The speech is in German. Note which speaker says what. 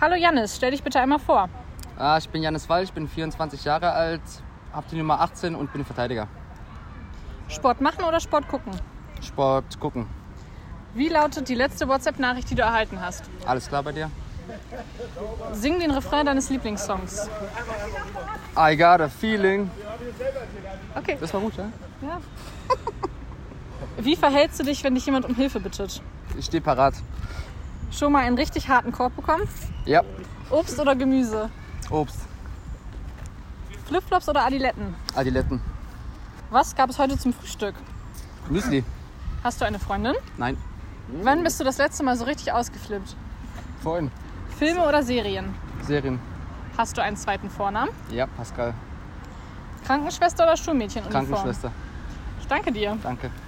Speaker 1: Hallo Jannis, stell dich bitte einmal vor.
Speaker 2: Ah, ich bin Janis Wall, ich bin 24 Jahre alt, habe die Nummer 18 und bin Verteidiger.
Speaker 1: Sport machen oder Sport gucken?
Speaker 2: Sport gucken.
Speaker 1: Wie lautet die letzte WhatsApp-Nachricht, die du erhalten hast?
Speaker 2: Alles klar bei dir?
Speaker 1: Sing den Refrain deines Lieblingssongs.
Speaker 2: I got a feeling.
Speaker 1: Okay.
Speaker 2: Das war gut, ja?
Speaker 1: Ja. Wie verhältst du dich, wenn dich jemand um Hilfe bittet?
Speaker 2: Ich stehe parat.
Speaker 1: Schon mal einen richtig harten Korb bekommen?
Speaker 2: Ja.
Speaker 1: Obst oder Gemüse?
Speaker 2: Obst.
Speaker 1: Flipflops oder Adiletten?
Speaker 2: Adiletten.
Speaker 1: Was gab es heute zum Frühstück?
Speaker 2: Müsli.
Speaker 1: Hast du eine Freundin?
Speaker 2: Nein.
Speaker 1: Wann bist du das letzte Mal so richtig ausgeflippt?
Speaker 2: Vorhin.
Speaker 1: Filme oder Serien?
Speaker 2: Serien.
Speaker 1: Hast du einen zweiten Vornamen?
Speaker 2: Ja, Pascal.
Speaker 1: Krankenschwester oder Schulmädchenuniform?
Speaker 2: Krankenschwester.
Speaker 1: Ich danke dir.
Speaker 2: Danke.